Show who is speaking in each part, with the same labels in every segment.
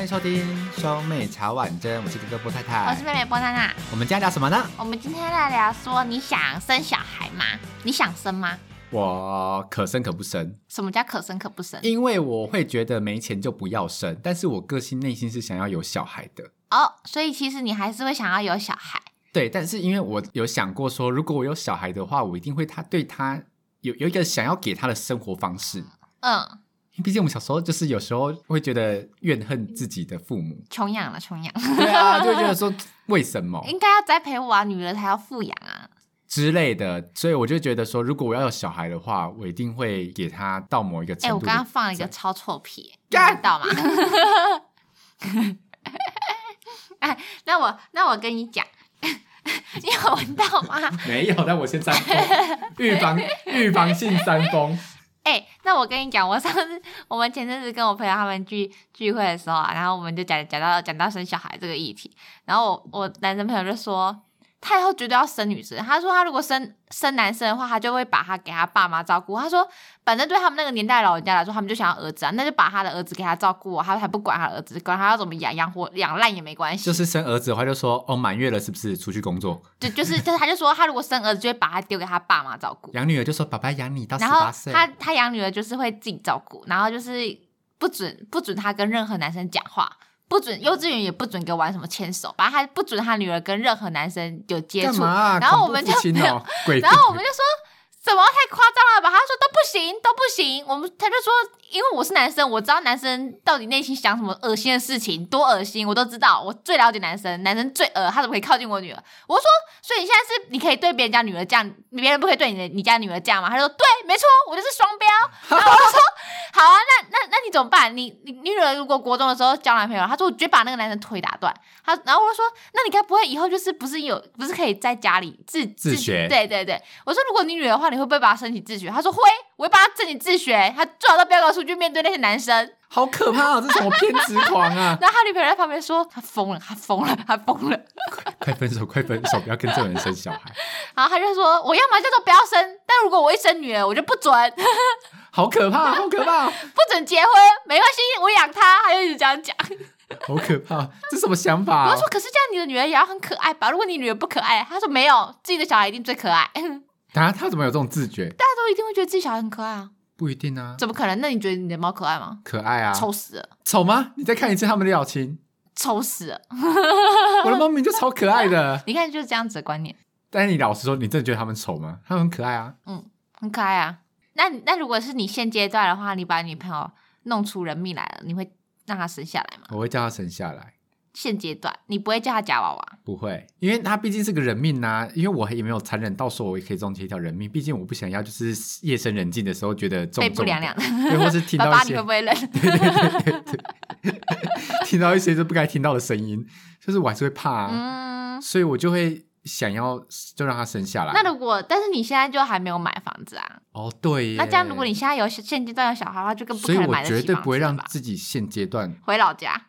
Speaker 1: 迎收听兄妹茶碗蒸，我是哥哥波太
Speaker 2: 我
Speaker 1: 太
Speaker 2: 哦是。妹妹波娜娜。
Speaker 1: 我们今天聊什么呢？
Speaker 2: 我们今天来聊说，你想生小孩吗？你想生吗？
Speaker 1: 我可生可不生，
Speaker 2: 什么叫可生可不生？
Speaker 1: 因为我会觉得没钱就不要生，但是我个性内心是想要有小孩的。
Speaker 2: 哦，所以其实你还是会想要有小孩。
Speaker 1: 对，但是因为我有想过说，如果我有小孩的话，我一定会他对他有有一个想要给他的生活方式。
Speaker 2: 嗯，
Speaker 1: 毕竟我们小时候就是有时候会觉得怨恨自己的父 母，
Speaker 2: 穷养了，穷养，
Speaker 1: 对啊，就会觉得说为什么
Speaker 2: 应该要栽培我啊，女儿才要富养啊。
Speaker 1: 之类的，所以我就觉得说，如果我要有小孩的话，我一定会给他到某一个
Speaker 2: 哎、
Speaker 1: 程
Speaker 2: 我
Speaker 1: 度的。
Speaker 2: 刚刚放了一个超臭屁，你
Speaker 1: 干
Speaker 2: 知道吗？哎，那我那我跟你讲， 你有闻到吗？
Speaker 1: 没有，但我先三封，预 防预防性三封。
Speaker 2: 哎、那我跟你讲，我上次我们前阵子跟我朋友他们聚聚会的时候啊，然后我们就讲讲到讲到生小孩这个议题，然后我我男生朋友就说，他以后绝对要生女生。他说他如果生生男生的话，他就会把他给他爸妈照顾。他说反正对他们那个年代的老人家来说，他们就想要儿子啊，那就把他的儿子给他照顾啊，他还不管他儿子，管他要怎么养养活养烂也没关系。
Speaker 1: 就是生儿子的话，就说哦，满月了是不是？出去工作。
Speaker 2: 就就是他就说他如果生儿子，就会把他丢给他爸妈照顾。
Speaker 1: 养女儿就说爸爸养你到十
Speaker 2: 然后
Speaker 1: 八岁。
Speaker 2: 他他养女儿就是会自己照顾，然后就是不准不准他跟任何男生讲话，不准幼稚园也不准给我玩什么牵手，反正他不准他女儿跟任何男生有接
Speaker 1: 干
Speaker 2: 触。
Speaker 1: 嘛啊、
Speaker 2: 然后
Speaker 1: 恐
Speaker 2: 我
Speaker 1: 怖
Speaker 2: 们
Speaker 1: 父
Speaker 2: 就
Speaker 1: 亲哦，鬼
Speaker 2: 然后我们就说什么太夸张了吧？他说都不行，都不行。我们他就说，因为我是男生，我知道男生到底内心想什么恶心的事情，多恶心我都知道，我最了解男生，男生最恶，他怎么可以靠近我女儿？我说，所以你现在是你可以对别人家女儿这样，别人不可以对你的你家女儿这样吗？他说对，没错，我就是双标。然后我就说好啊，那那那你怎么办？你你你女儿如果国中的时候交男朋友，她说我直接把那个男生腿打断。他然后我就说，那你该不会以后就是不是有不是可以在家里自
Speaker 1: 自学
Speaker 2: 对对对，我说如果你女儿的话，你会不会把她申请自学？他说会，我会帮她申请自学。她最好都不要跟我出去面对那些男生。！
Speaker 1: 好可怕哦，这什么偏执狂啊
Speaker 2: 然后他女朋友在旁边说，她疯了，她疯了，她疯了。
Speaker 1: 快分手，快分手，不要跟这种人生小孩，
Speaker 2: 然后他就说，我要么就说不要生，但如果我一生女儿，我就不准
Speaker 1: 好可怕，好可怕，
Speaker 2: 不准结婚，没关系，我养她。他就一直这样讲。
Speaker 1: 好可怕，这什么想法
Speaker 2: 我
Speaker 1: 啊、
Speaker 2: 就说，可是这样你的女儿也要很可爱吧？如果你女儿不可爱，他说没有，自己的小孩一定最可爱。 大家
Speaker 1: 啊，他怎么有这种自觉？
Speaker 2: 都一定会觉得自己小孩很可爱啊，
Speaker 1: 不一定啊，
Speaker 2: 怎么可能？那你觉得你的猫可爱吗？
Speaker 1: 可爱啊，
Speaker 2: 丑死了，
Speaker 1: 丑吗？你再看一次他们的表情，
Speaker 2: 丑死了！
Speaker 1: 我的猫咪就超可爱 的。
Speaker 2: 你看就是这样子的观念，
Speaker 1: 但是你老实说，你真的觉得他们丑吗？他们很可爱啊，
Speaker 2: 很可爱啊。那你那如果是你现阶段的话，你把女朋友弄出人命来了，你会让她生下来吗？
Speaker 1: 我会叫他生下来。
Speaker 2: 现阶段你不会叫她夹娃娃，
Speaker 1: 不会，因为他毕竟是个人命呐、因为我也没有残忍，到时候我也可以终结一条人命。毕竟我不想要，就是夜深人静的时候觉得重
Speaker 2: 背
Speaker 1: 重
Speaker 2: 不
Speaker 1: 的
Speaker 2: 凉凉，的。
Speaker 1: 对，或是听
Speaker 2: 爸
Speaker 1: 到一
Speaker 2: 爸，
Speaker 1: 些
Speaker 2: 你会不会冷？
Speaker 1: 听到一些就不该听到的声音，就是我还是会怕、啊，
Speaker 2: 嗯，
Speaker 1: 所以我就会想要就让他生下来。
Speaker 2: 那如果但是你现在就还没有买房子啊，
Speaker 1: 哦，对耶，
Speaker 2: 那这样如果你现在有现阶段有小孩的话，就更不可
Speaker 1: 所以
Speaker 2: 能
Speaker 1: 我
Speaker 2: 买得
Speaker 1: 绝
Speaker 2: 起
Speaker 1: 对
Speaker 2: 房
Speaker 1: 不会
Speaker 2: 子了
Speaker 1: 让
Speaker 2: 吧
Speaker 1: 自己现阶段
Speaker 2: 回老家。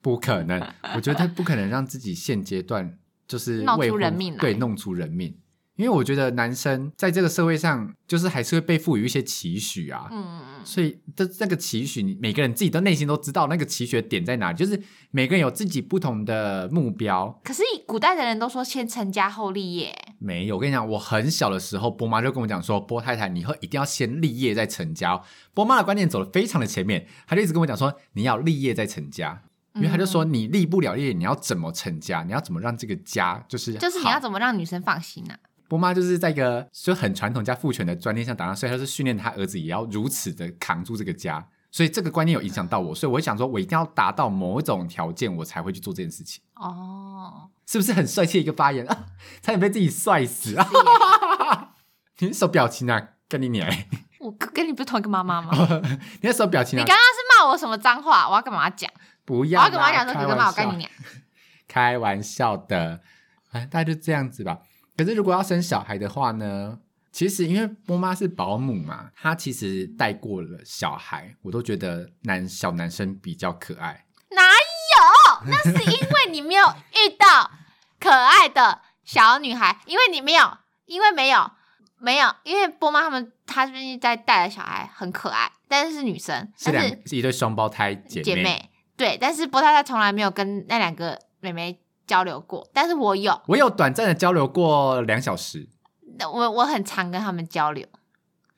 Speaker 1: 不可 能，我觉得他不可能让自己现阶段就是
Speaker 2: 闹出
Speaker 1: 为婚
Speaker 2: 人命来
Speaker 1: 对，弄出人命。因为我觉得男生在这个社会上，就是还是会被赋予一些期许啊，
Speaker 2: 嗯，
Speaker 1: 所以这那个期许，你每个人自己都内心都知道那个期许的点在哪里，就是每个人有自己不同的目标。
Speaker 2: 可是以古代的人都说先成家后立业，
Speaker 1: 没有，我跟你讲，我很小的时候，波妈就跟我讲说，波太太，你以后一定要先立业再成家哦。波妈的观念走的非常的前面，她就一直跟我讲说，你要立业再成家，因为她就说
Speaker 2: 嗯
Speaker 1: 你立不了业，你要怎么成家？你要怎么让这个家就是
Speaker 2: 就是你要
Speaker 1: 好
Speaker 2: 怎么让女生放心啊呢、
Speaker 1: 波妈就是在一个就很传统加父权的观念上打仗，所以她是训练她儿子也要如此的扛住这个家，所以这个观念有影响到我，所以我会想说，我一定要达到某一种条件，我才会去做这件事情，
Speaker 2: 哦，
Speaker 1: 是不是很帅气的一个发言啊？差点被自己帅死啊！ 你那时候表情啊，跟你娘，
Speaker 2: 我跟跟你不是同一个妈妈吗？
Speaker 1: 你那时候表情
Speaker 2: 你
Speaker 1: 啊
Speaker 2: 刚，刚是骂我什么脏话？我要干嘛讲？
Speaker 1: 不
Speaker 2: 我
Speaker 1: 要啦，
Speaker 2: 要干嘛讲说
Speaker 1: 开
Speaker 2: 你
Speaker 1: 玩
Speaker 2: 干嘛？我跟
Speaker 1: 笑
Speaker 2: 你讲，
Speaker 1: 开玩笑的，哎，大概就这样子吧。可是如果要生小孩的话呢，其实因为波妈是保姆嘛，她其实带过了小孩，我都觉得男小男生比较可爱。
Speaker 2: 哪有？那是因为你没有遇到可爱的小女孩，因为你没有，因为没有，没有，因为波妈他们她最近在带的小孩很可爱，但是是女生，
Speaker 1: 是
Speaker 2: 但
Speaker 1: 两
Speaker 2: 是
Speaker 1: 是一对双胞胎姐妹，
Speaker 2: 姐妹，对，但是波太太从来没有跟那两个妹妹交流过，但是我有，
Speaker 1: 我有短暂的交流过两小时，
Speaker 2: 那我我很常跟他们交流，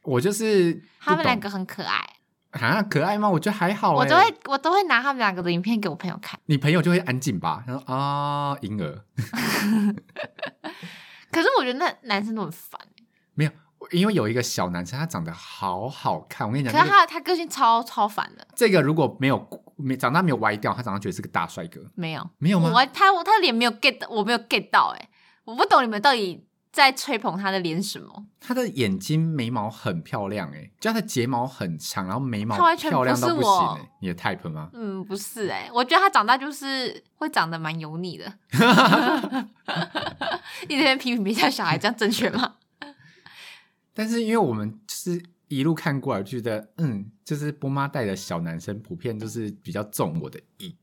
Speaker 1: 我就是
Speaker 2: 他们两
Speaker 1: 个
Speaker 2: 个很可爱，
Speaker 1: 啊可爱吗？我觉得还好、欸，
Speaker 2: 我都会我都会拿他们两个的影片给我朋友看。
Speaker 1: 你朋友就会安静吧？他说啊，婴儿
Speaker 2: 可是我觉得那男生都很烦，
Speaker 1: 没有，因为有一个小男生，他长得好好看。我跟你
Speaker 2: 可
Speaker 1: 讲，
Speaker 2: 是
Speaker 1: 这个
Speaker 2: 他他个性超超烦的，
Speaker 1: 这个如果没有没长大没有歪掉，他长大觉得是个大帅哥，
Speaker 2: 没有
Speaker 1: 没有吗？
Speaker 2: 我他我他脸没有 get，我没有 get 到哎、我不懂你们到底在吹捧他的脸什么，
Speaker 1: 他的眼睛眉毛很漂亮、欸，哎，就他的睫毛很长，然后眉毛
Speaker 2: 他完全
Speaker 1: 漂亮
Speaker 2: 不
Speaker 1: 到
Speaker 2: 是
Speaker 1: 不行、
Speaker 2: 我
Speaker 1: 欸，你的 type 吗？
Speaker 2: 嗯，不是哎、我觉得他长大就是会长得蛮油 腻的，一直在批评别家小孩，这样正确吗？
Speaker 1: 但是因为我们就是一路看过来，就觉得嗯，就是波妈带的小男生普遍就是比较重我的意，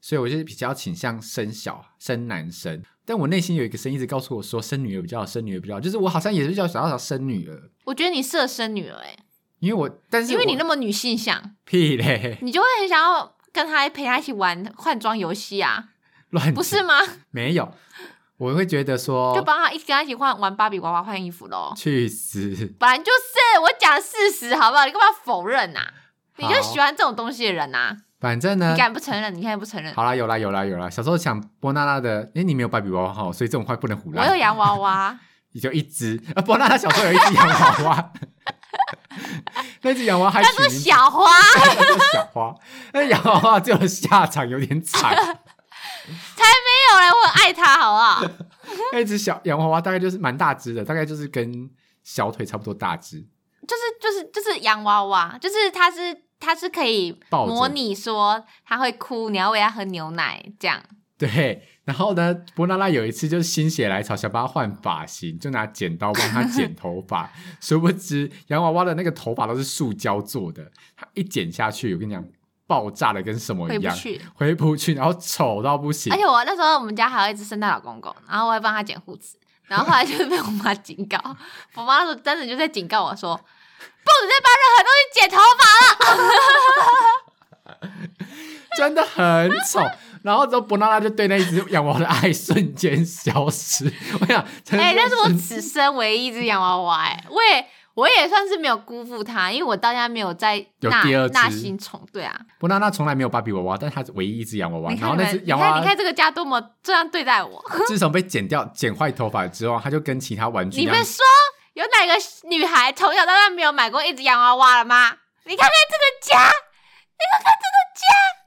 Speaker 1: 所以我就是比较倾向生小生男生。但我内心有一个声音一直告诉我说，生女儿比较好，生女儿比较好，就是我好像也是比较想要生女儿，
Speaker 2: 我觉得你适合生女儿哎、
Speaker 1: 因为我但是
Speaker 2: 因为
Speaker 1: 我
Speaker 2: 你那么女性向，
Speaker 1: 屁嘞，
Speaker 2: 你就会很想要跟他陪他一起玩换装游戏啊，
Speaker 1: 乱
Speaker 2: 不
Speaker 1: 讲
Speaker 2: 是吗？
Speaker 1: 没有，我会觉得说
Speaker 2: 就帮他一跟他一起换玩芭比娃娃换衣服喽。
Speaker 1: 去死。
Speaker 2: 本来就是我讲事实，好不好？你干嘛否认呐、你就
Speaker 1: 好
Speaker 2: 喜欢这种东西的人啊呐、
Speaker 1: 反正呢
Speaker 2: 你，敢不承认？你看不承认？
Speaker 1: 呃好啦，有啦，有啦，有啦。小时候抢波娜娜的，哎，你没有芭比娃娃哈，所以这种话不能胡
Speaker 2: 我有
Speaker 1: 乱。
Speaker 2: 洋娃娃，
Speaker 1: 你就一只啊，波娜娜小时候有一只洋娃娃，那只洋娃娃还
Speaker 2: 叫
Speaker 1: 取
Speaker 2: 做
Speaker 1: 名
Speaker 2: 小花。
Speaker 1: 叫做小花，那洋娃娃最后的下场有点惨。
Speaker 2: 没有嘞，我很爱他，好不好？
Speaker 1: 那只小洋娃娃大概就是蛮大只的，大概就是跟小腿差不多大只。
Speaker 2: 就是就是就是洋娃娃，就是它是它是可以
Speaker 1: 抱着
Speaker 2: 模拟说它会哭，你要喂它喝牛奶这样。
Speaker 1: 对，然后呢，波娜娜有一次就是心血来潮，想帮她换发型，就拿剪刀帮她剪头发。 殊不知，洋娃娃的那个头发都是塑胶做的，她一剪下去，我跟你讲，爆炸的跟什么
Speaker 2: 回
Speaker 1: 一
Speaker 2: 不
Speaker 1: 样，
Speaker 2: 去。哎
Speaker 1: 回不去，然后丑到不行
Speaker 2: 而。且我那时候我们家还有一只圣诞老公公，然后我会帮他剪胡子，然后后来就是被我妈 警告，我妈说真的就在警告我说，不准再帮任何东西剪头发。
Speaker 1: 真的很丑。然后之后，伯娜娜就对那一只洋娃娃的爱瞬间消失。我想，真的
Speaker 2: 哎、但是我此生唯一一只洋娃娃、哎，我也我也算是没有辜负它，因为我到现在没有再
Speaker 1: 有
Speaker 2: 纳
Speaker 1: 第二只
Speaker 2: 纳新宠，对啊，
Speaker 1: 伯娜娜从来没有芭比娃娃，但是她是唯一一只洋娃娃。
Speaker 2: 你
Speaker 1: 然
Speaker 2: 看
Speaker 1: 后
Speaker 2: 你
Speaker 1: 那
Speaker 2: 们，
Speaker 1: 只
Speaker 2: 你
Speaker 1: 洋娃
Speaker 2: 看你
Speaker 1: 娃
Speaker 2: 看这个家多么这样对待我，
Speaker 1: 自从被剪掉、剪坏头发之后，她就跟其他玩具一
Speaker 2: 你
Speaker 1: 样
Speaker 2: 们说有哪个女孩从小到大没有买过一只洋娃娃了吗？你看看这个家，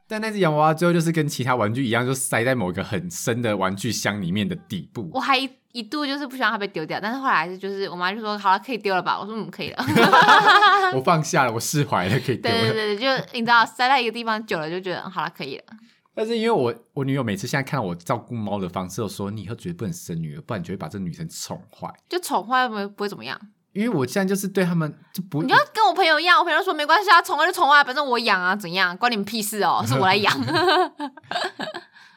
Speaker 1: 但那只洋娃娃最后就是跟其他玩具一样，就塞在某一个很深的玩具箱里面的底 部。
Speaker 2: 我还一一度就是不希望它被丢掉，但是后来还是就是我妈就说好了，可以丢了吧？我说嗯，可以了。
Speaker 1: 我放下了，我释怀了，可以丢
Speaker 2: 对对
Speaker 1: 了。
Speaker 2: 对对，就你知道塞在一个地方久了就觉得、嗯、好了，可以了。
Speaker 1: 但是因为我我女友每次现在看到我照顾猫的方式，我说你以后绝对不能生女儿，不然你就会把这女生宠坏。
Speaker 2: 就宠坏没不会怎么样，
Speaker 1: 因为我现在就是对他们就不
Speaker 2: 你就跟我朋友一样，我朋友说没关系啊，宠坏就宠坏，反正我养啊，怎样关你们屁事哦，是我来 养，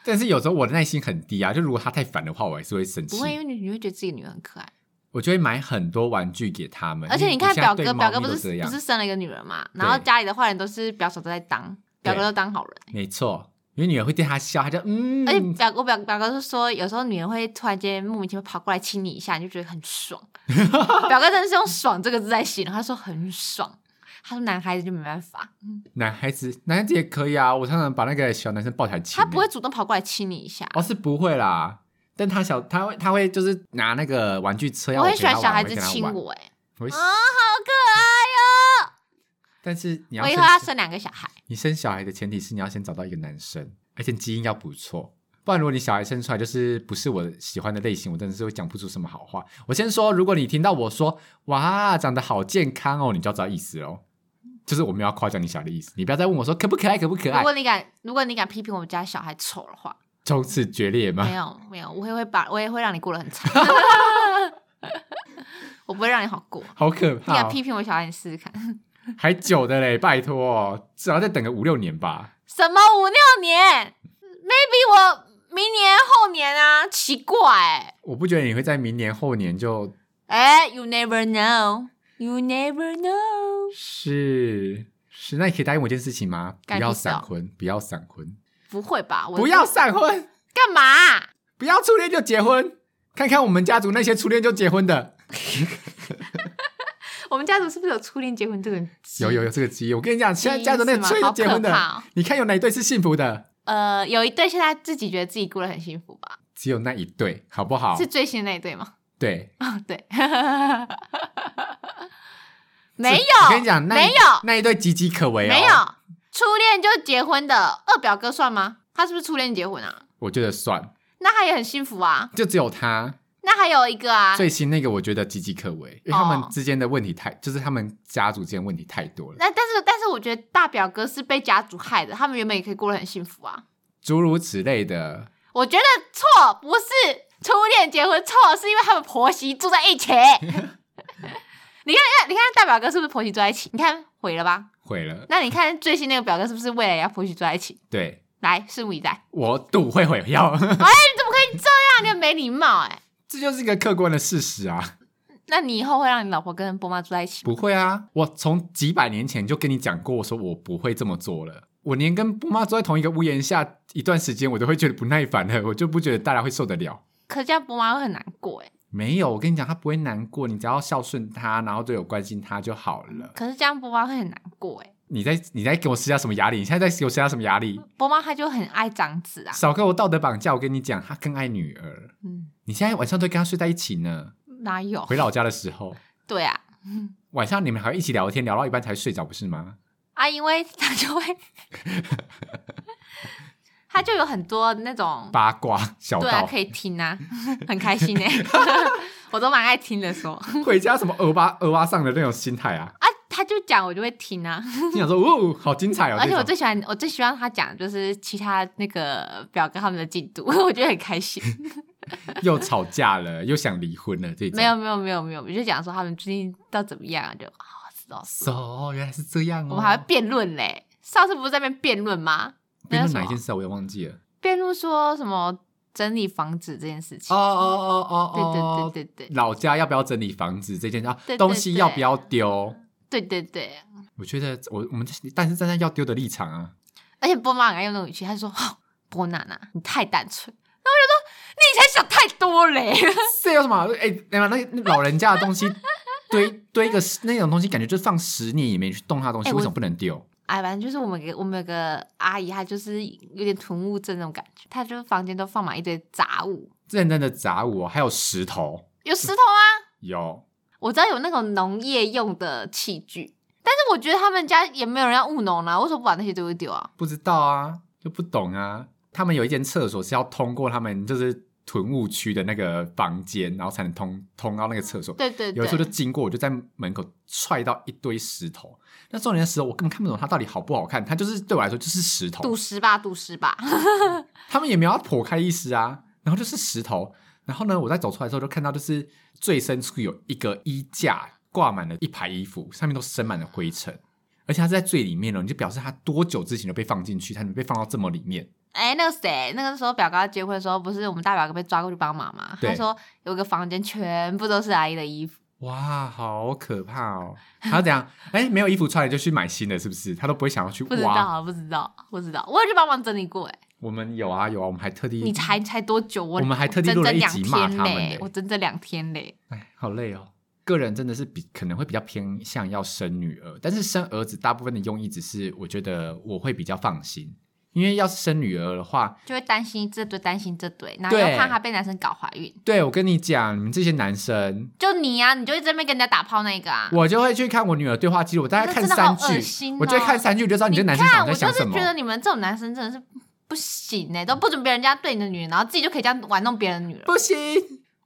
Speaker 1: 但是有时候我的耐心很低啊，就如果她太烦的话，我还是会生气
Speaker 2: 不。会，因为你你会觉得自己女儿很可爱，
Speaker 1: 我就会买很多玩具给他们。
Speaker 2: 而且
Speaker 1: 因为
Speaker 2: 你看
Speaker 1: 我现在
Speaker 2: 表
Speaker 1: 对
Speaker 2: 哥，
Speaker 1: 猫
Speaker 2: 表哥
Speaker 1: 咪
Speaker 2: 不
Speaker 1: 都
Speaker 2: 是
Speaker 1: 这样
Speaker 2: 不是生了一个女儿嘛，然后
Speaker 1: 对
Speaker 2: 家里的坏人都是表嫂都在当，表哥
Speaker 1: 对
Speaker 2: 都当好人，
Speaker 1: 没错，因为女儿会对他笑，他就嗯，
Speaker 2: 而且表我表表哥是说，有时候女儿会突然间莫名其妙跑过来亲你一下，你就觉得很 爽。表哥真的是用“爽”这个字在形容，他说很爽。他说男孩子就没办法，
Speaker 1: 男孩子男孩子也可以啊。我常常把那个小男生抱起来亲欸、
Speaker 2: 他不会主动跑过来亲你一下。
Speaker 1: 哦，是不会啦。但他小，他会，他会就是拿那个玩具车要
Speaker 2: 我很
Speaker 1: 陪
Speaker 2: 喜欢
Speaker 1: 他
Speaker 2: 小
Speaker 1: 玩
Speaker 2: 孩
Speaker 1: 我
Speaker 2: 子
Speaker 1: 会跟他
Speaker 2: 亲
Speaker 1: 玩
Speaker 2: 我、哎，
Speaker 1: 我会
Speaker 2: 啊，好
Speaker 1: 但是你
Speaker 2: 可
Speaker 1: 要
Speaker 2: 爱哦！我以
Speaker 1: 先
Speaker 2: 后要生两个小孩，
Speaker 1: 你生小孩的前提是你要先找到一个男生，而且基因要不错。不然，如果你小孩生出来就是不是我喜欢的类型，我真的是会讲不出什么好话。我先说，如果你听到我说“哇，长得好健康哦”，你就要知道意思哦，就是我们要夸奖你小孩的意思。你不要再问我说可不可爱，可不可
Speaker 2: 如
Speaker 1: 爱，
Speaker 2: 果你敢，如果你敢批评我们家小孩丑 的话，
Speaker 1: 从此决裂
Speaker 2: 没
Speaker 1: 吗？
Speaker 2: 有没有，我也会把，我也会让你过得很 惨。我不会让你好过。
Speaker 1: 好可
Speaker 2: 你
Speaker 1: 怕、
Speaker 2: 敢
Speaker 1: 哦，
Speaker 2: 批评我小孩，你试试看。
Speaker 1: 还久的嘞，拜托、哦，至少再等个五六年吧。
Speaker 2: 什么五六年？maybe 我明年后年啊，奇怪、欸，
Speaker 1: 我不觉得你会在明年后年就
Speaker 2: 哎、y o u never know，you never know，
Speaker 1: 是是，那你可以答应我一件事情吗？不
Speaker 2: 干
Speaker 1: 要
Speaker 2: 屁事哦
Speaker 1: 闪婚，不要闪婚。
Speaker 2: 不会吧？我
Speaker 1: 不要闪婚，
Speaker 2: 干嘛、
Speaker 1: 不要初恋就结婚。看看我们家族那些初恋就结婚的，
Speaker 2: 我们家族是不是有初恋结婚这种？
Speaker 1: 有有有这个基因。我跟你讲，现在家族那
Speaker 2: 基因
Speaker 1: 初
Speaker 2: 是
Speaker 1: 恋
Speaker 2: 吗
Speaker 1: 就结婚的，
Speaker 2: 好可怕哦
Speaker 1: 你看有哪一对是幸福的？
Speaker 2: 呃，有一对现在自己觉得自己过得很幸福吧？
Speaker 1: 只有那一对，好不好
Speaker 2: 是？最新的那一对吗？
Speaker 1: 对，
Speaker 2: 哦， 对，没
Speaker 1: 是我跟
Speaker 2: 有
Speaker 1: 你，讲，那一
Speaker 2: 没有
Speaker 1: 那一对岌岌可危哦。
Speaker 2: 没有，初恋就结婚的二表哥算吗？他是不是初恋结婚啊？
Speaker 1: 我觉得算，
Speaker 2: 那他也很幸福啊。
Speaker 1: 就只有他
Speaker 2: 那还有一个啊，
Speaker 1: 最新那个，我觉得岌岌可危，因为他
Speaker 2: 哦
Speaker 1: 们之间的问题太，就是他们家族之间问题太多了，
Speaker 2: 那但是但是我觉得大表哥是被家族害的，他们原本也可以过得很幸福啊。
Speaker 1: 诸如此类的。
Speaker 2: 我觉得错不是初恋结婚错，是因为他们婆媳住在 一起。你看，你看，你看大表哥是不是婆媳住在一起？你看毁了吧？
Speaker 1: 毁了，
Speaker 2: 那你看最新那个表哥是不是未来也要婆媳住在一起？
Speaker 1: 对
Speaker 2: 来，拭目以待。
Speaker 1: 我赌会毁掉，
Speaker 2: 哎你怎么可以这样？你很没礼貌哎、
Speaker 1: 这就是一个客观的事实啊！
Speaker 2: 那你以后会让你老婆跟波妈住在一起？
Speaker 1: 不会啊，我从几百年前就跟你讲过，我说我不会这么做了。我连跟波妈坐在同一个屋檐下一段时间，我都会觉得不耐烦了，我就不觉得大家会受得了。
Speaker 2: 可这样波妈会很难过哎、
Speaker 1: 没有，我跟你讲，他不会难过，你只要孝顺他，然后对我关心他就好了。
Speaker 2: 可是这样波妈会很难过哎、
Speaker 1: 你在你在给我施加什么压力？你现在在给我施加什么压力？
Speaker 2: 波妈她就很爱长子啊，
Speaker 1: 少跟我道德绑架！我跟你讲，他更爱女儿。
Speaker 2: 嗯，
Speaker 1: 你现在晚上都跟他睡在一起呢，
Speaker 2: 哪有？
Speaker 1: 回老家的时候，
Speaker 2: 对啊，
Speaker 1: 晚上你们还会一起聊天，聊到一半才睡着，不是吗？
Speaker 2: 啊，因为他 就会，他就有很多那种
Speaker 1: 八卦小
Speaker 2: 对啊，
Speaker 1: 道，
Speaker 2: 可以听啊，很开心 哎、我都蛮爱听的说啊，
Speaker 1: 回家什么鹅巴鹅巴上的那种心态 啊！
Speaker 2: 他就讲我就会听啊，
Speaker 1: 你想说，哦，好精彩哦！
Speaker 2: 而且我
Speaker 1: 这种
Speaker 2: 最喜欢我最喜欢他讲的就是其他那个表哥他们的进度， 我觉得很开心。
Speaker 1: 又吵架了，又想离婚了，这种
Speaker 2: 没有没有没有没有，我就讲说他们最近到怎么样啊，就啊知道是，
Speaker 1: ，so 原来是这样哦。
Speaker 2: 我们还会辩论嘞，上次不是在那边辩论吗？
Speaker 1: 辩
Speaker 2: 那
Speaker 1: 论
Speaker 2: 叫
Speaker 1: 哪一
Speaker 2: 什
Speaker 1: 件
Speaker 2: 么？
Speaker 1: 事啊？我也忘记了。
Speaker 2: 辩论说什么整理房子这件事情
Speaker 1: 哦？哦哦
Speaker 2: 对
Speaker 1: 哦哦，
Speaker 2: 对对对对
Speaker 1: 老家要不要整理房子这件事啊
Speaker 2: 对对？
Speaker 1: 东西要
Speaker 2: 对
Speaker 1: 不要丢？
Speaker 2: 对对对，
Speaker 1: 我觉得我我们但是站在要丢的立场啊，
Speaker 2: 而且波妈很爱用那种语气，她就说：“哦、波娜娜，你太单纯。”然后我就说：“你才想太多嘞。
Speaker 1: 这有什么？哎、那那那老人家的东西堆堆一个那种东西，感觉就放十年也没去动它的东西，
Speaker 2: 哎我
Speaker 1: 为什么不能丢？”
Speaker 2: 哎，反正就是我们给我们有个阿姨，她就是有点囤物症那种感觉，她就是房间都放满一堆杂物，
Speaker 1: 认真的杂物、哦，还有石头，
Speaker 2: 有石头啊，
Speaker 1: 有
Speaker 2: 我知道有那种农业用的器具，但是我觉得他们家也没有人要务农啦、为什么不把那些东西丢啊？
Speaker 1: 不知道啊，就不懂啊。他们有一间厕所是要通过他们就是囤物区的那个房间，然后才能通通到那个厕所。
Speaker 2: 对对
Speaker 1: 有
Speaker 2: 对
Speaker 1: 时候，就经过，我就在门口踹到一堆石头。那重点的石头，我根本看不懂它到底好不好看，它就是对我来说就是石头。
Speaker 2: 赌石吧，赌石吧，
Speaker 1: 他们也没有要破开意思啊，然后就是石头，然后呢，我在走出来的时候就看到，就是最深处有一个衣架挂满了一排衣服，上面都生满了灰尘，而且它是在最里面哦了，你就表示它多久之前就被放进去，才能被放到这么里面。
Speaker 2: 哎，那个谁，那个时候表哥要结婚的时候，不是我们大表哥被抓过去帮忙嘛？
Speaker 1: 对
Speaker 2: 他说有个房间全部都是阿姨的衣服，
Speaker 1: 哇，好可怕 哦！还要怎样？哎，没有衣服穿了就去买新的，是不是？他都不会想要去
Speaker 2: 不知
Speaker 1: 挖。
Speaker 2: 道，不知道，不知道。我有去帮忙整理过，哎，
Speaker 1: 我们有啊有啊，我们还特地
Speaker 2: 你才才多久？我
Speaker 1: 我们还特地
Speaker 2: 整
Speaker 1: 录了
Speaker 2: 整
Speaker 1: 一
Speaker 2: 两
Speaker 1: 集骂
Speaker 2: 天
Speaker 1: 他们
Speaker 2: 嘞
Speaker 1: 嘞，
Speaker 2: 我整整两天嘞。
Speaker 1: 哎，好累哦。个人真的是比可能会比较偏向要生女儿，但是生儿子大部分的用意只是我觉得我会比较放心，因为要是生女儿的话，
Speaker 2: 就会担心这对，担心这对，然后又
Speaker 1: 对
Speaker 2: 怕她被男生搞怀孕。
Speaker 1: 对我跟你讲，你们这些男生，
Speaker 2: 就你啊，你就一直在那边跟人家打炮那个啊。
Speaker 1: 我就会去看我女儿对话记录，我大概
Speaker 2: 那
Speaker 1: 看
Speaker 2: 真的
Speaker 1: 三
Speaker 2: 好
Speaker 1: 句
Speaker 2: 恶，心哦
Speaker 1: 我就会看三句就知道你这男生
Speaker 2: 看，
Speaker 1: 长
Speaker 2: 我
Speaker 1: 在
Speaker 2: 就
Speaker 1: 想什
Speaker 2: 是
Speaker 1: 么
Speaker 2: 觉。得你们这种男生真的是不行哎、都不准别人家对你的女人，然后自己就可以这样玩弄别人的女人。
Speaker 1: 不行，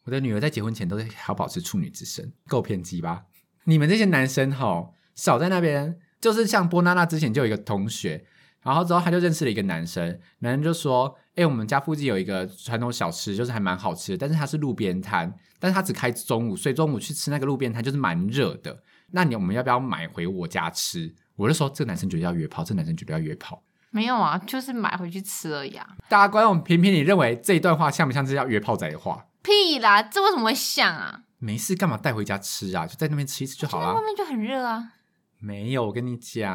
Speaker 1: 我的女儿在结婚前都是好保持处女之身，够偏激吧？你们这些男生哈，少在那边，就是像波娜娜之前就有一个同学，然后之后她就认识了一个男生，男生就说：“哎、我们家附近有一个传统小吃，就是还蛮好吃的，但是它是路边摊，但是它只开中午，所以中午去吃那个路边摊就是蛮热的。那你我们要不要买回我家吃？”我就说：“这个男生绝对要约炮，这个男生绝对要约炮。”
Speaker 2: 没有啊，就是买回去吃而已啊。
Speaker 1: 大家观众评评，你认为这一段话像不像是要约炮仔的话？
Speaker 2: 屁啦，这为什么会像啊？
Speaker 1: 没事干嘛带回家吃啊？就在那边吃一次就好
Speaker 2: 外
Speaker 1: 啦。
Speaker 2: 面就很热啊，
Speaker 1: 没有，我跟你讲，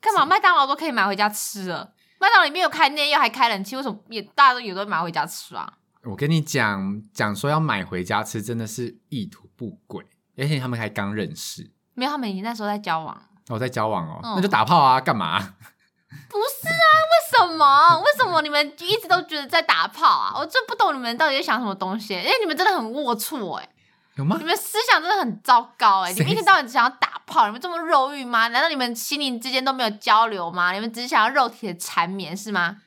Speaker 2: 干嘛麦当劳都可以买回家吃了？麦当劳里面有开内药，还开冷气，为什么也大家都有都买回家吃啊？
Speaker 1: 我跟你讲，讲说要买回家吃，真的是意图不轨，而且他们还刚认识，
Speaker 2: 没有，他们已经那时候在交往。
Speaker 1: 哦，在交往哦，
Speaker 2: 嗯
Speaker 1: 那就打炮啊，干嘛？
Speaker 2: 不是啊，为什么？为什么你们一直都觉得在打炮啊？我就不懂你们到底在想什么东西，因为你们真的很龌龊哎、
Speaker 1: 有吗
Speaker 2: 你？们思想真的很糟糕哎、
Speaker 1: 谁
Speaker 2: 你们一天到晚只想要打炮，你们这么肉欲吗？难道你们心灵之间都没有交流吗？你们只是想要肉体的缠绵是吗？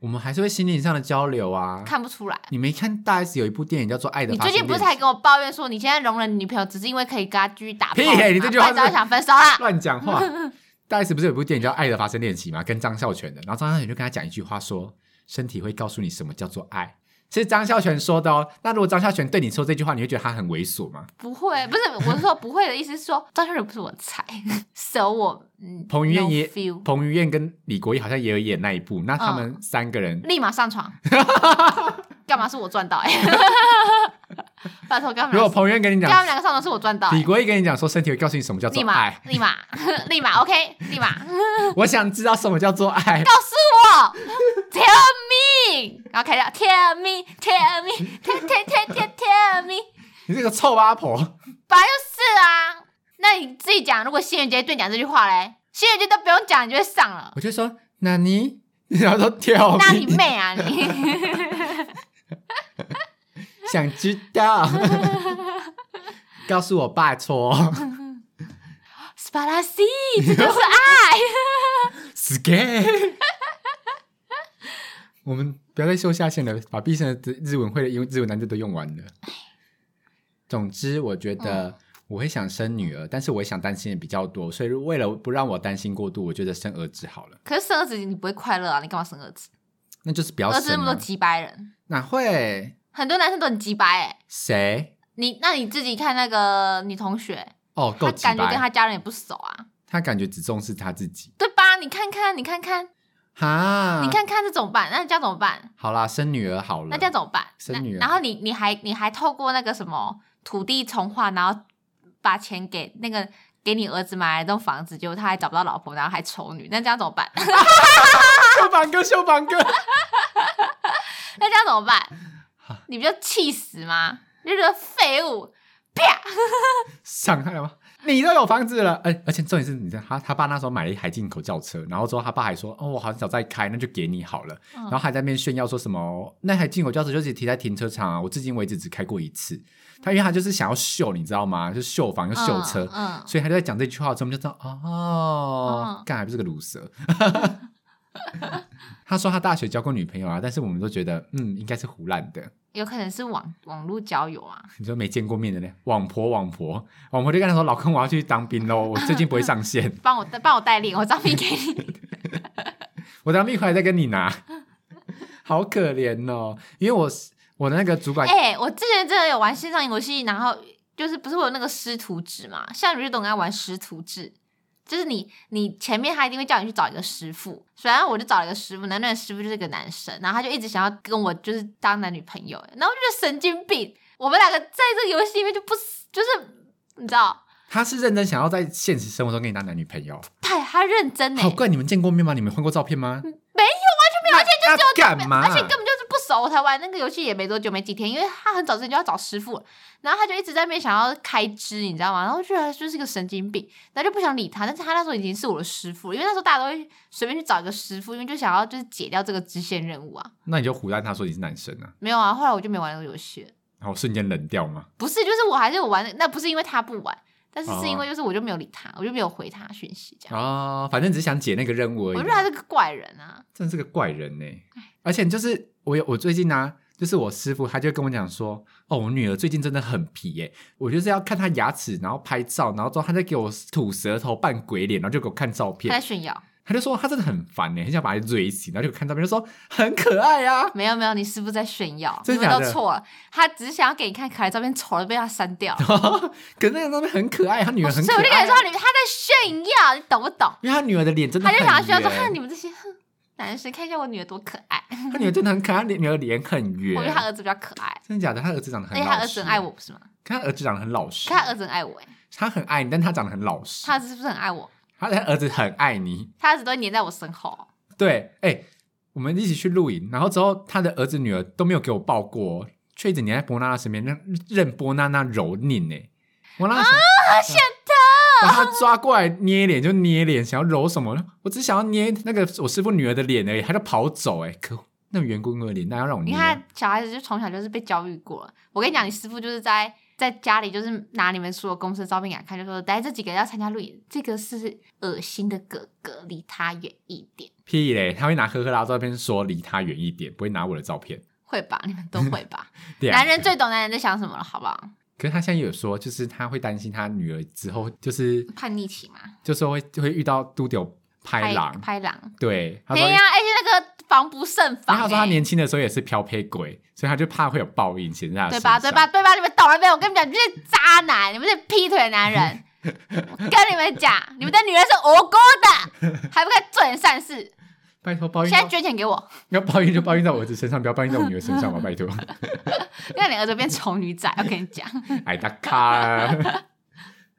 Speaker 1: 我们还是会心灵上的交流啊。
Speaker 2: 看不出来。
Speaker 1: 你没看大 S 有一部电影叫做《爱的
Speaker 2: 你
Speaker 1: 发
Speaker 2: 最
Speaker 1: 现
Speaker 2: 近不是
Speaker 1: 练
Speaker 2: 还跟我抱怨说你现在容忍你女朋友，只是因为可以跟她继续打炮
Speaker 1: 屁
Speaker 2: 吗？
Speaker 1: 欸你这句话是
Speaker 2: 不然早就想分手啦
Speaker 1: 习》。乱讲话？大 S 不是有一部电影叫《爱的发生练习》吗？跟张孝全的，然后张孝全就跟他讲一句话说：“身体会告诉你什么叫做爱。”是张孝全说的哦。那如果张孝全对你说这句话，你会觉得他很猥琐吗？
Speaker 2: 不会，不是我是说不会的意思，是说张学友不是我的菜， 手我嗯，
Speaker 1: 彭于晏
Speaker 2: no
Speaker 1: 也
Speaker 2: feel，
Speaker 1: 彭于晏跟李国毅好像也有演那一部，那他们三个人、
Speaker 2: 立马 上床，干嘛是我赚到哎、 拜托，干嘛？
Speaker 1: 如果彭于晏跟你
Speaker 2: 跟他
Speaker 1: 讲，
Speaker 2: 们两个上床是我赚到、
Speaker 1: 李
Speaker 2: 欸，
Speaker 1: 国毅跟你讲说身体会告诉你什么叫
Speaker 2: 立
Speaker 1: 做
Speaker 2: 马
Speaker 1: 爱，
Speaker 2: 立马 立马 OK，立马
Speaker 1: 我想知道什么叫做爱。
Speaker 2: 告诉我，Tell me，然后开始 Tell me，Tell me，Tell Tell Tell Tell Tell me，
Speaker 1: 你这个臭八婆，
Speaker 2: 本来就是啊，那你自己讲，如果新人节对你讲这句话嘞，新人节都不用讲，你就会上了。
Speaker 1: 我就说那你， 然后说跳，
Speaker 2: 那你妹啊你！
Speaker 1: 想知 道？告诉我拜托
Speaker 2: 斯巴拉西，这就是爱。
Speaker 1: s k a 我们不要再秀下限了，把毕生的日文会的英日文单字都用完了。总之，我觉
Speaker 2: 嗯
Speaker 1: 得我会想生女儿，但是我也想担心的比较多，所以为了不让我担心过度，我觉得生儿子好了，
Speaker 2: 可是生儿子你不会快乐啊，你干嘛生儿子？
Speaker 1: 那就是不要
Speaker 2: 儿子那
Speaker 1: 生
Speaker 2: 么多
Speaker 1: 了。
Speaker 2: 鸡掰人，
Speaker 1: 哪会？
Speaker 2: 很多男生都很鸡掰哎、
Speaker 1: 谁？
Speaker 2: 你那你自己看那个你同学，
Speaker 1: 哦，
Speaker 2: 他
Speaker 1: 够鸡
Speaker 2: 感觉跟
Speaker 1: 掰。
Speaker 2: 他家人也不熟啊，
Speaker 1: 他感觉只重视他自己。
Speaker 2: 对吧？你看看，你看看，
Speaker 1: 哈，
Speaker 2: 你，看看这怎么办？那这样怎么办？
Speaker 1: 好啦，生女儿好了。
Speaker 2: 那这样怎么办？
Speaker 1: 嗯生女儿
Speaker 2: 那然后你你还你还透过那个什么土地重划，然后把钱给那个给你儿子买了一栋房子，结果他还找不到老婆，然后还丑女，那这样怎么办？
Speaker 1: 秀榜哥，秀榜哥。
Speaker 2: 那这样怎么办？你不就气死吗？你就觉得废物，啪！
Speaker 1: 伤害吗？你都有房子了，哎而而且重点是，你知道他他爸那时候买了一台进口轿车，然后之后他爸还说，哦，我好早在开，那就给你好了，
Speaker 2: 嗯
Speaker 1: 然后还在那边炫耀说什么那台进口轿车就是停在停车场啊，我至今为止只开过一次。他因为他就是想要秀，你知道吗？就秀房就秀车，
Speaker 2: 嗯，嗯
Speaker 1: 所以他就在讲这句话的时候，我们就知道哦，
Speaker 2: 嗯
Speaker 1: 干、还不是个卤蛇。 他说他大学交过女朋友啊，但是我们都觉得，嗯，应该是胡乱的。
Speaker 2: 有可能是网网络交友啊。
Speaker 1: 你说没见过面的呢？网婆，网婆，网婆就跟他说：“老公，我要去当兵喽，我最近不会上线，
Speaker 2: 帮我帮我代练，我照片给你。
Speaker 1: 我当兵回来再跟你拿。” 好可怜哦，因为我我的那个主管，
Speaker 2: 哎、我之前真的有玩线上游戏，然后就是不是会有那个师徒制嘛？像你就懂得玩师徒制，就是你你前面他一定会叫你去找一个师傅，所以然后我就找了一个师傅，那那个师傅就是个男生，然后他就一直想要跟我就是当男女朋友，然后我就觉得神经病。我们两个在这个游戏里面就不就是你知道
Speaker 1: 他是认真想要在现实生活中跟你当男女朋友。
Speaker 2: 太他认真呢、欸
Speaker 1: 好怪，你们见过面吗？你们换过照片吗？
Speaker 2: 嗯没啊有，完全没有，而且
Speaker 1: 那干嘛？
Speaker 2: 而且根本就是不熟，我才玩那个游戏也没多久，没几天，因为他很早之前就要找师傅了，然后他就一直在那边想要开支，你知道吗？然后觉得他就是个神经病，然后就不想理他。但是他那时候已经是我的师傅了，因为那时候大家都会随便去找一个师傅，因为就想要就是解掉这个支线任务啊。
Speaker 1: 那你就胡乱他说你是男生啊，
Speaker 2: 没有啊，后来我就没玩那个游戏了。
Speaker 1: 然后瞬间冷掉吗？
Speaker 2: 不是，就是我还是有玩，那不是因为他不玩，但是是因
Speaker 1: 哦
Speaker 2: 为就是我就没有理他，我就没有回他讯息这样。
Speaker 1: 哦，反正只是想解那个任务而已啊嘛。
Speaker 2: 我就觉得他是个怪人啊，
Speaker 1: 真是个怪人呢、而且就是我有我最近呢、啊就是我师傅他就跟我讲说，哦，我女儿最近真的很皮耶、我就是要看她牙齿，然后拍照，然后之后她在给我吐舌头、扮鬼脸，然后就给我看照
Speaker 2: 他在
Speaker 1: 片，
Speaker 2: 炫耀。
Speaker 1: 他就说她真的很烦呢、很想把她追醒，然后就给我看照片，就说很可爱啊。
Speaker 2: 没有没有，你师傅在炫耀，
Speaker 1: 真
Speaker 2: 你
Speaker 1: 的
Speaker 2: 们
Speaker 1: 假
Speaker 2: 都
Speaker 1: 的
Speaker 2: 错了，他只是想要给你看可 爱照片，丑的被他删掉了。
Speaker 1: 可是那个照片很可爱，他女儿很可
Speaker 2: 所以我就跟
Speaker 1: 爱
Speaker 2: 你说，，你他在炫耀，你懂 不懂？
Speaker 1: 因为他女儿的脸真的
Speaker 2: 他
Speaker 1: 很
Speaker 2: 就
Speaker 1: 圆，
Speaker 2: 想要炫耀说，啊哼，你们这些哼男生，看一下我女儿多可爱。
Speaker 1: 他女儿真的很可爱，她女儿脸很圆
Speaker 2: 我觉得。他儿子比较可爱，
Speaker 1: 真的假的？他儿子长得
Speaker 2: 而
Speaker 1: 啊很
Speaker 2: 且
Speaker 1: 老实，
Speaker 2: 他儿子很爱我，。不是吗？
Speaker 1: 他儿子长得很老实，
Speaker 2: 可他儿子很爱我，哎，
Speaker 1: 他很爱你，但他长得很老实。
Speaker 2: 他儿子是不是很爱我？
Speaker 1: 他他儿子很爱你，
Speaker 2: 他儿子都会黏在我身后。
Speaker 1: 对，哎、我们一起去露营，然后之后他的儿子女儿都没有给我抱过哦，却一直黏在波娜娜身边，让任波娜娜蹂躏呢。我那啊，想把他抓过来捏脸就捏脸，想要揉什么？我只想要捏那个我师傅女儿的脸而已，他就跑走哎、可恶那圆滚滚的脸，那要让我捏？
Speaker 2: 你看，小孩子就从小就是被教育过了。我跟你讲，你师傅就是在在家里，就是拿你们所有公司的照片给他看，就说：“来，这几个要参加露营，这个是恶心的哥哥，离他远一点。
Speaker 1: 屁嘞！他会拿科科拉的照片说离他远一点，不会拿我的照片。”
Speaker 2: 会吧？你们都会 吧？
Speaker 1: 对啊
Speaker 2: 男，人最懂男人在想什么了，好不好？
Speaker 1: 可是他现在也有说，就是他会担心他女儿之后就是
Speaker 2: 叛逆期嘛，
Speaker 1: 就说会会遇到嘟丢拍
Speaker 2: 拍
Speaker 1: 狼，
Speaker 2: 拍狼。
Speaker 1: 对，他
Speaker 2: 哎
Speaker 1: 说。
Speaker 2: 呀，而且那个防不胜
Speaker 1: 因
Speaker 2: 防、
Speaker 1: 为他说他
Speaker 2: 哎
Speaker 1: 年轻的时候也是漂配鬼，所以他就怕会有报应显在他
Speaker 2: 对
Speaker 1: 身
Speaker 2: 吧？
Speaker 1: 上
Speaker 2: 对吧？？对吧？你们懂了没有？我跟你们讲，你们是渣男，你们是劈腿的 男人。我跟你们讲，你们的女人是无辜的，还不该做点善事。
Speaker 1: 拜托报应
Speaker 2: 现，在捐钱给 我，
Speaker 1: 要报应就报应在我儿子身上，不要报应在我女儿身 上吧，拜托。
Speaker 2: 让你儿子变丑女仔。我跟你讲，
Speaker 1: 矮大咖，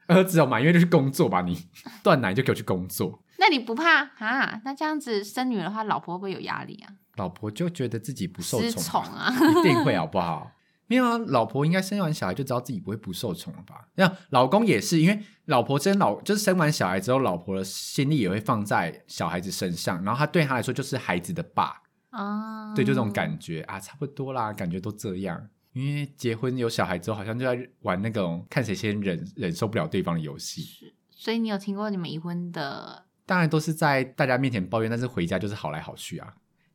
Speaker 1: 儿子哦，满月就去工作吧，你断奶就给我去工作。
Speaker 2: 那你不怕啊？那这样子生女儿的话，老婆会不会有压力啊？
Speaker 1: 老婆就觉得自己不受
Speaker 2: 失
Speaker 1: 宠
Speaker 2: 宠
Speaker 1: 啊，
Speaker 2: 啊？
Speaker 1: 一定会好不好？没有啊，老婆应该生完小孩就知道自己不会不受宠了吧？那老公也是，因为老婆生老就是生完小孩之后，老婆的心力也会放在小孩子身上，然后他对他来说就是孩子的爸，
Speaker 2: 啊，
Speaker 1: 对，就这种感觉啊，差不多啦，感觉都这样。因为结婚有小孩之后，好像就在玩那种看谁先忍忍受不了对方的游戏。
Speaker 2: 所以你有听过你们已婚的？
Speaker 1: 当然都是在大家面前抱怨，但是回家就是好来好去啊。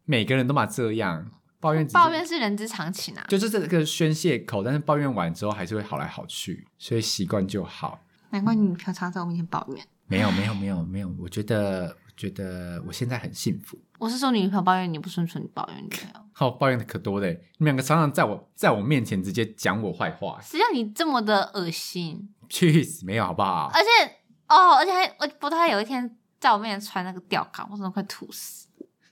Speaker 1: 每个人都嘛这样，抱怨只是
Speaker 2: 抱怨是人之常情啊，
Speaker 1: 就是这个宣泄口，但是抱怨完之后还是会好来好去，所以习惯就好。
Speaker 2: 难怪你平常在我面前抱怨。
Speaker 1: 没有没有没有没有，我觉得我觉得我现在很幸福。
Speaker 2: 我是说你女朋友抱怨你不顺顺，你抱怨你女 朋友。
Speaker 1: 好、抱怨的可多嘞，你们两个常常在我在我面前直接讲我坏话，
Speaker 2: 谁叫你这么的恶心？
Speaker 1: 去死没有好不好？
Speaker 2: 而且哦，而且还我不太有一天在我面前穿那个吊嘎，我真的快吐死。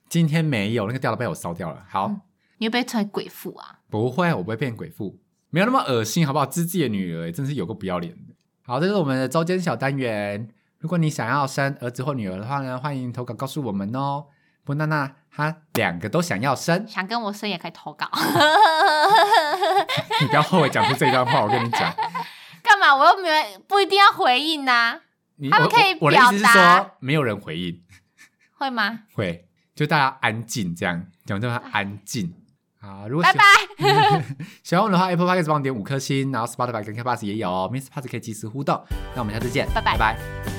Speaker 1: 今天没有那个吊带被我烧掉了。好，
Speaker 2: 嗯你会被穿鬼妇啊？
Speaker 1: 不会，我不会变鬼妇，没有那么恶心，好不好？知自己的女儿真是有个不要脸的。好，这是我们的周间小单元。如果你想要生儿子或女儿的话呢，欢迎投稿告诉我们哦。波娜娜，她两个都想要生，
Speaker 2: 想跟我生也可以投稿，
Speaker 1: 你不要后悔讲出这段话。我跟你讲，
Speaker 2: 干嘛？我又没有不一定要回应啊呐、
Speaker 1: 你
Speaker 2: 他们
Speaker 1: 我
Speaker 2: 可以
Speaker 1: 我我的意思是
Speaker 2: 表达
Speaker 1: 说，没有人回应，
Speaker 2: 会吗？
Speaker 1: 会就大家安静这样，讲这么安静。啊，如果
Speaker 2: 拜
Speaker 1: 喜
Speaker 2: 拜。
Speaker 1: 喜欢我们的话，Apple Podcast 帮我们点五颗星，然后 Spotify 跟 K Bus 也有、哦、，Miss Pass 可以及时互动。那我们下次见，
Speaker 2: 拜拜
Speaker 1: 拜拜